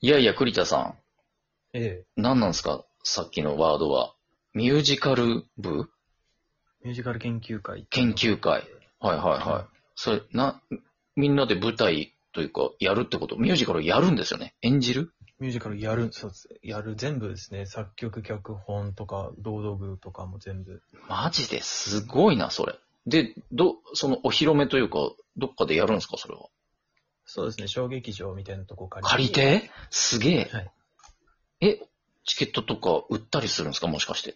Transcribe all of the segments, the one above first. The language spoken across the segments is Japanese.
いやいや、栗田さええ、ん、何なんですかさっきのワードは。ミュージカル部ミュージカル研究会。研究会。はいはいはい。それ、な、みんなで舞台というか、やるってことミュージカルやるんですよね演じるミュージカルやる、そうです。やる、全部ですね。作曲、脚本とか、朗読とかも全部。マジですごいな、それ。で、ど、そのお披露目というか、どっかでやるんですかそれは。そうですね、小劇場みたいなとこ借借りりてすげえ。はいえ、チケットとか売ったりするんですかもしかして。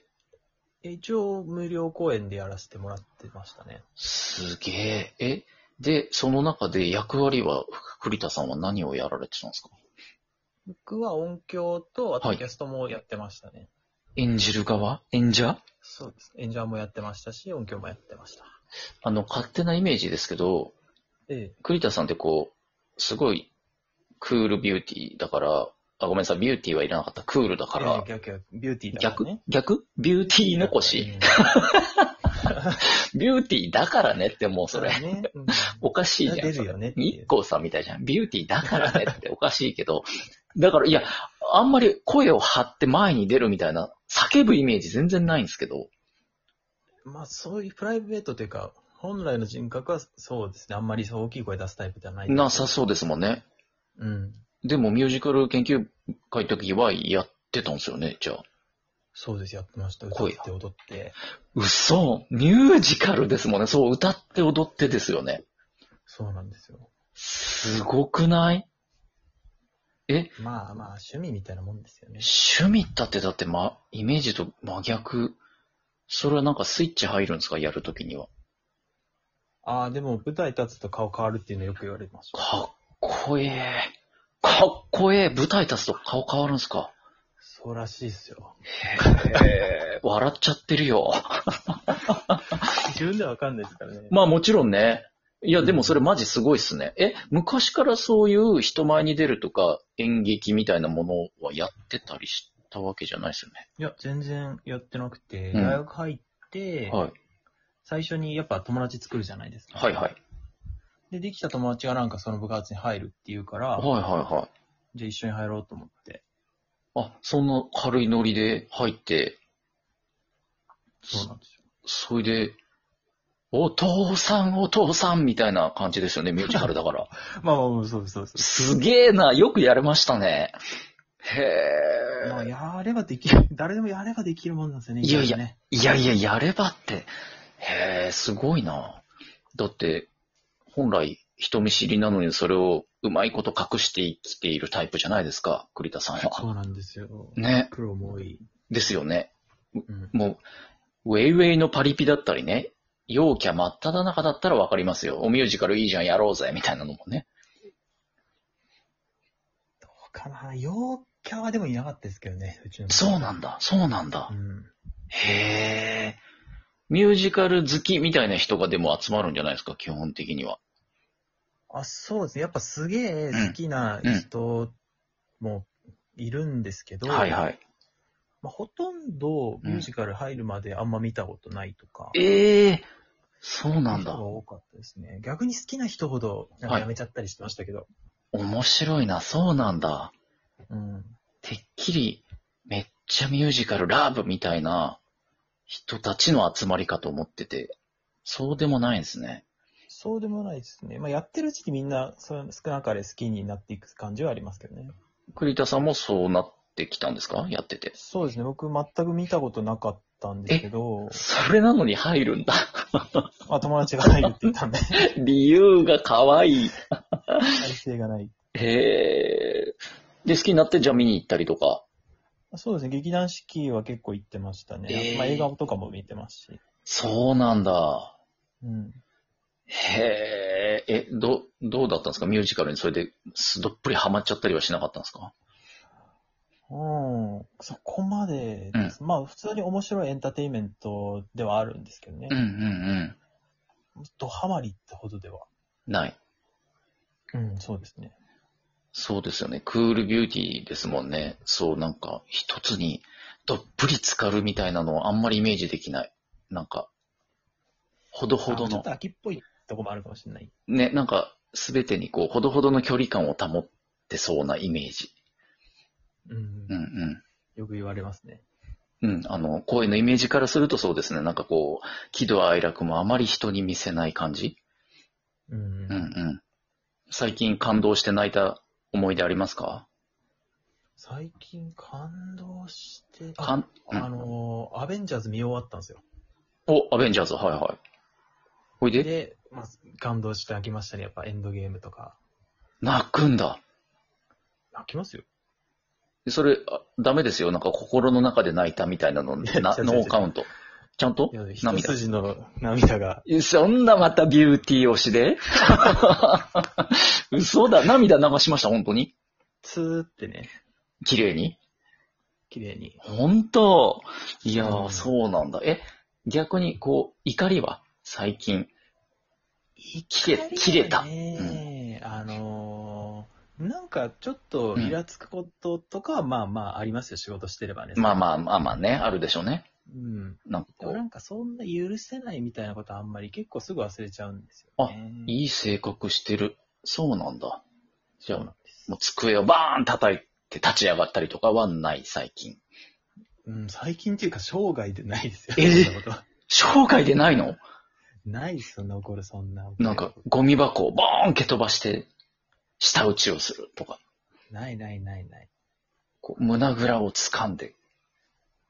て一応、無料公演でやらせてもらってましたね。すげえ。え、で、その中で役割は、栗田さんは何をやられてたんですか僕は音響と、あはといキャストもやってましたね。演じる側演者そうです。演者もやってましたし、音響もやってました。あの、勝手なイメージですけど、ええ、栗田さんってこう、すごい、クールビューティーだから、あ、ごめんなさい、ビューティーはいらなかった。クールだかいやら、逆逆、ビューティーだか逆らね。逆ビューティー残し。ビューティーだからねってもううん。それ。ね。 うんおかしいじゃん。出るよねっていう日光さんみたいじゃん。ビューティーだからねっておかしいけど。 だから、いや、あんまり声を張って前に出るみたいな、叫ぶイメージ全然ないんですけど。まあ、そういうプライベートというか、本来の人格はそうですね。あんまりそう大きい声出すタイプではない。なさそうですもんね。う。うん。でもミュージカル研究会の時はやってたんですよね、じゃあ。そうです、やってました。歌っ声て踊って。嘘ミュージカルですもんね。そう、歌って踊ってですよね。そうなんですよ。すごくないまあまあ、趣味みたいなもんですよね。趣味だってだって、ま、イメージと真逆。それはなんかスイッチ入るんですかやるときには。ああ、でも舞台立つと顔変わるっていうのよく言われました。かっこええ。かっこええ。舞台立つと顔変わるんすか。そうらしいですよ。笑っちゃってるよ。自分ではわかんないですからね。まあもちろんね。いや、でもそれマジすごいっすね。え、昔からそういう人前に出るとか演劇みたいなものはやってたりしたわけじゃないですよね。いや、全然やってなくて、うん大学入って、はい。最初にやっぱ友達作るじゃないですか。はいはい。で、できた友達がなんかその部活に入るっていうから、はいはいはい。じゃあ一緒に入ろうと思って。あ、そんな軽いノリで入って、そうなんですよ。それで、お父さんお父さんみたいな感じです よね、ミュージカルだから。まあまあ、そうです、そうです。すげえな、よくやれましたね。へまあ、え。やればできる、 誰でもやればできるもんなんですよね。いやいや意外とね。いやいや、やればって。へえ、すごいな。だって、本来人見知りなのにそれをうまいこと隠して生きているタイプじゃないですか、栗田さんは。そうなんですよ。 ね。苦労も多い。ですよね。うん。もう、ウェイウェイのパリピだったりね、陽キャ真っ只中だったらわかりますよ。おミュージカルいいじゃん、やろうぜ、みたいなのもね。どうかな。陽キャはでもいなかったですけどね、うちの。そうのなんだ、そうなんだ。うん。へえ。ミュージカル好きみたいな人がでも集まるんじゃないですか、基本的には。あ、そうですね。やっぱすげえ好きな人もいるんですけど、はいはい。まあ、ほとんどミュージカル入るまであんま見たことないとか、ええそうなんだ人が。多かったですね。逆に好きな人ほど、なんかやめちゃったりしてましたけど。面白いな、そうなんだ。うん。てっきり、めっちゃミュージカルラブみたいな人たちの集まりかと思ってて、そうでもないんですね。そうでもないですね。まあ、やってるうちにみんな、そう少なかれ好きになっていく感じはありますけどね。栗田さんもそうなってきたんですかやってて。そうですね。僕、全く見たことなかったんですけど、それなのに入るんだ。 まあ、友達が入るって言ったんで、理由が可愛い。耐性がない。へえ。で、好きになってじゃあ見に行ったりとか。そうですね。劇団四季は結構行ってましたね。えーまあ、映画とかも見てますし。そうなんだ。うん。へえ、え、ど、どうだったんですかミュージカルにそれで、すどっぷりハマっちゃったりはしなかったんですかうん。そこまでです、まあ、普通に面白いエンターテインメントではあるんですけどねうん。うんうん。ドハマりってほどでは。ない。うん、そうですね。そうですよね。クールビューティーですもんね。そう、なんか、一つに、どっぷり浸かるみたいなのをあんまりイメージできない。なんか、ほどほどあちょっのと、秋っぽいとこもあるかもしれない。ね、なんか、すべてにこう、ほどほどの距離感を保ってそうなイメージ。うんうんうん。よく言われますね。うん、あの、声のイメージからするとそうですね。なんかこう、喜怒哀楽もあまり人に見せない感じ。うんうんうんうん。最近感動して泣いた思い出ありますか最近感動して、かあ、ん、うんあのーアベンジャーズ見終わったんですよ。お、アベンジャーズ、はいはい。ほいで、で、まあ、感動して泣きましたね。やっぱエンドゲームとか。泣くんだ。泣きますよ。それ、あダメですよ。なんか心の中で泣いたみたいなの、な違う違う違うノーカウント。ちゃんといや一涙。筋の涙が。そんなまたビューティー推しで 嘘だ。涙流しました、本当に。ツーってね、綺麗に。綺麗に。本当いやー、うんそうなんだ。え、逆に、こう、怒りは最近。切れ、切れた。うんねあのーなんかちょっとイラつくこととかはまあまあありますよ、仕事してればね。まああ。まあまあまあね、あるでしょうね。うん。なんかでこもなう、んかそんな許せないみたいなことあんまり結構すぐ忘れちゃうんですよ、ね。いいい性格してる。そうなんだ。じゃあ、そうなもんです。う机をバーン叩いて立ち上がったりとかはない、最近。うん、最近っていうか生涯でないですよ。えーそんなこと。生涯でないのないっすよ、残るそんな。なんか、ゴミ箱をボーン蹴飛ばして、舌打ちをするとか、ないないないない。こう胸ぐらを掴んで、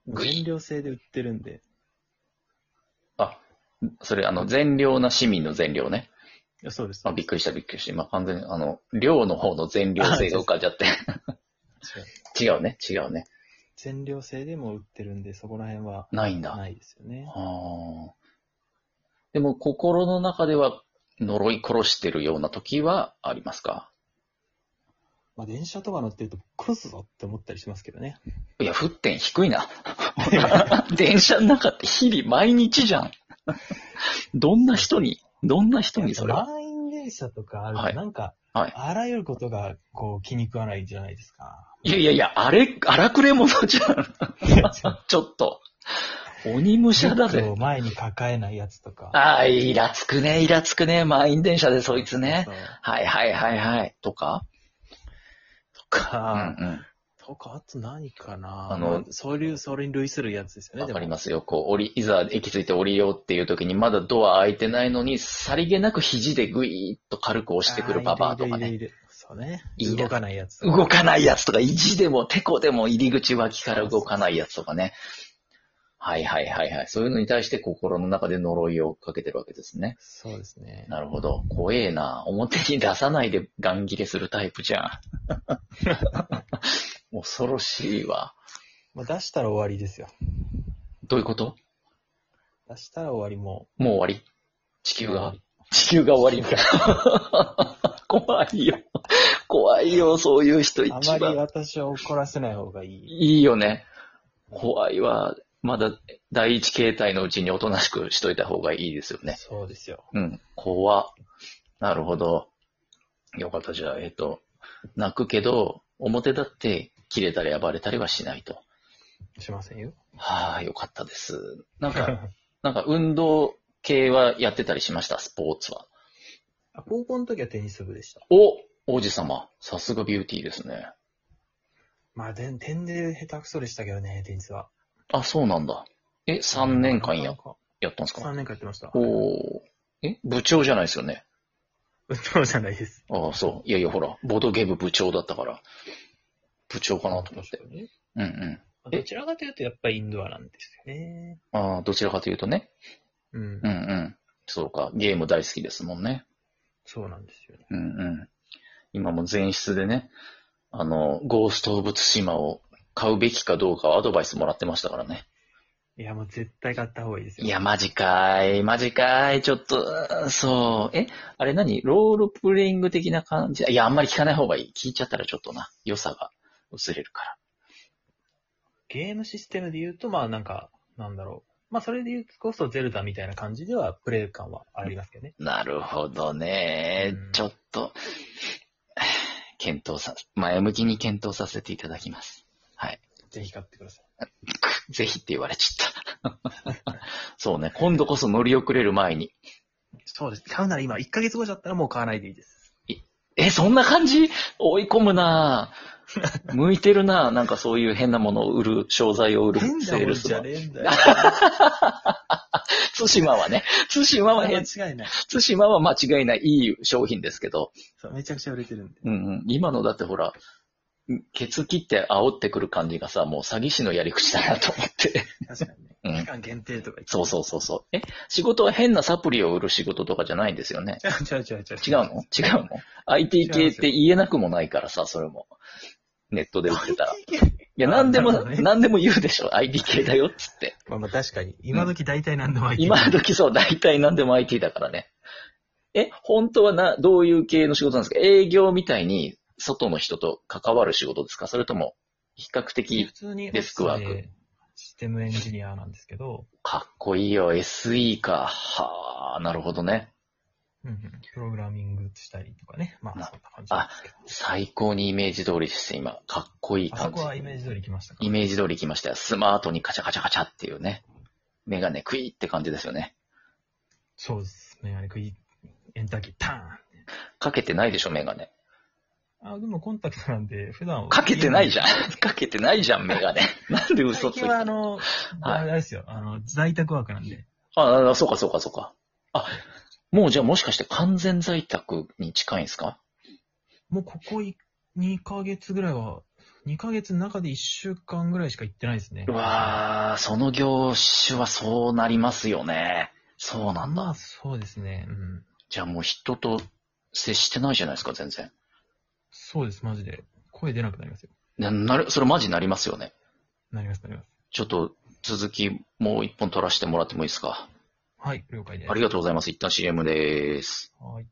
ぐい全量制で売ってるんで。あ、それあの、善良な市民の善良ね。いやそうです。あ、びっくりしたびっくりした。今完全に、あの、量の方の善良性が浮かんじゃって。 違う違うね、違うね。全量制でも売ってるんで、そこら辺はないんだ。ないですよね。ああ。でも心の中では呪い殺してるような時はありますかまあ、電車とか乗ってると、殺すぞって思ったりしますけどね。いや、沸点低いな。 電車の中って日々毎日じゃん。 どんな人に、どんな人にそれは。満員電車とかあると、はいなんか、はいあらゆることが、こう、気に食わないじゃないで すか。いやいやいや、あれ、荒くれ者じゃん。ちょっと。鬼武者だリュッぜク。を前に抱えないやつとか。ああ、イラつくね、イラつくね。満員電車でそいつね。そうはいはいはいはい。とかうんとうか、ん。とか、あと何かなあのまそういう、それに類するやつですよね。。わかりますすよ。こう、降り、いざ駅着いて降りようっていう時に、まだドア開いてないのに、さりげなく肘でグイーッと軽く押してくるパパとかあーいね。るいるいるいるそうね。いいね動かないやつ。動かないやつとか、意地でも、てこでも入り口脇から動かないやつとかね。はいはいはいはい。そういうのに対して心の中で呪いをかけてるわけですね。そうですね。なるほど。怖えな。表に出さないでガン切れするタイプじ ゃん。恐ろしいわ。まあ、出したら終わりですよ。どういうこと出したら終わりももう終わり地う。球が地球が終わり か。怖いよ。怖いよ、そういう人一あまり番。私を怒らせない方がいい。いいよね。怖いわ。まだ第一形態のうちにおとなしくしといた方がいいですよね。そうですよ。うん。怖。なるほど。よかった。じゃあ、えっと、泣くけど、表だって切れたり暴れたりはしないと。しませんよ。はあ、よかったです。なん か、なんか運動系はやってたりしました、スポーツは。 あ高校の時はテニス部でした。お王子様。さすがビューティーですね。まあ、で点で下手くそでしたけどね、テニスは。あ、そうなんだ。え、3年間やな、かやったんですなか。か3年間やってました。おおー。え、部長じゃないですよね。そうじゃないです。ああ、そう。いやいや、ほら、ボードゲーム部長だったから、部長かなと思って。確かにうんうん。えどちらかというと、やっぱりインドアなんですよね。ああ、どちらかというとね。うんうん。うん。そうか。ゲーム大好きですもんね。そうなんですよね。うんうん。今も前室でね、あの、ゴースト・オブ・ツシマを買うべきかどうかをアドバイスもらってましたからね。いや、もう絶対買った方がいいですよ。いや、マジかーい、マジかーい、ちょっと、うーんそう。え、あれ何ロールプレイング的な感じいや、あんまり聞かない方がいい。聞いちゃったらちょっとな、良さが薄れるかゲームシステムで言うと、まあなんか、なんだろう。まあそれで言うこそゼルダみたいな感じではプレイ感はありますけどね。ら。なるほどねう。んちょっと、 検討さ、前向きに検討させていただきます。はい。ぜひ買ってください。 ぜひって言われちゃった。 そうね、今度こそ乗り遅れる前に。そうです。買うなら今、1ヶ月後だったらもう買わないでいいです。 え、そんな感じ追い込むなぁ向いてるな、なんかそういう変なものを売る、商材を売る変なセーもんルスじマゃン。ねえんだよ。対馬はね、対馬は間変、 違いない。対馬は間違いないいい商品ですけど、そう、めちゃくちゃ売れてるんで。うんうん、今のだってほら、ケツ切って煽ってくる感じがさ、もう詐欺師のやり口だなと思 って。確かにね。うん期間限定とか言って。そうそうそうそう。え、仕事は変なサプリを売る仕事とかじゃないんですよね。 違う違う違違うう。の違うの ?IT 系って言えなくもないからさ、それも。ネットで売って たら。い IT 系や、何でも、なるほどね何でも言うでしょ。IT 系だよっつ って。まあまあ確かに。今時大体何でも IT。今時そう、大体何でも IT だからね。え、本当はな、どういう系の仕事なんですか営業みたいに外の人と関わる仕事ですかそれとも、比較的普通にデスクワークオフィスでシステムエンジニアなんですけど、かっこいいよ、SE か。はあ、なるほどね。うんうんプログラミングしたりとかね。まあ、なそんな感じなんですけど。最高にイメージ通りです、今。かっこいいあそ感じこ。はイメージ通り来ましたかイメージ通り来ましたよ。スマートにカチャカチャカチャっていうね。メガネクイって感じですよね。そうですね。あれ、クイエンターキー、ターンかけてないでしょ、メガネ。あ、でもコンタクトなんで、 普段は。かけてないじゃん。ゃん。 かけてないじゃん、メガネ。 なんで嘘最つい近てはああの、はいあれですよ。あの、在宅ワークなんで。ああ、そうかそうかそうか。あ、もうじゃあもしかして完全在宅に近いんですかもうここい2ヶ月ぐらいは、2ヶ月の中で1週間ぐらいしか行ってないですね。うわー、その業種はそうなりますよね。そうなんまあ、だ。そうですね。うん。じゃあもう人と接してないじゃないですか、全然。そうです、マジで。声出なくなりますよ。な、なる、それマジなりますよね。なります、なります。ちょっと続きもう一本取らせてもらってもいいですかはい、了解です。ありがとうございます。一旦 CM です。はい。